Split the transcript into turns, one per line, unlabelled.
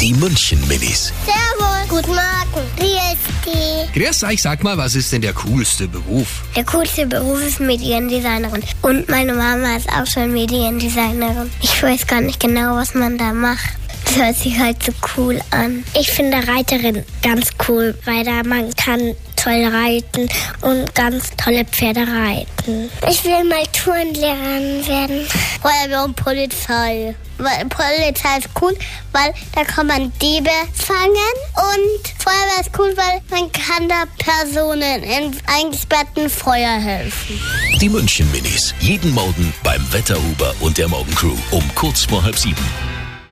Die München-Minis.
Servus. Guten Morgen. Wie ist die?
Grüß euch, sag mal, was ist denn der coolste Beruf?
Der coolste Beruf ist Mediendesignerin. Und meine Mama ist auch schon Mediendesignerin. Ich weiß gar nicht genau, was man da macht. Das hört sich halt so cool an. Ich finde Reiterin ganz cool, weil da man kann toll reiten und ganz tolle Pferde reiten. Ich will mal Turnlehrerin werden. Feuerwehr und Polizei. Weil Polizei ist cool, weil da kann man Diebe fangen und Feuerwehr ist cool, weil man kann da Personen in eingesperrten Feuer helfen.
Die München-Minis. Jeden Morgen beim Wetterhuber und der Morgencrew um kurz vor halb sieben.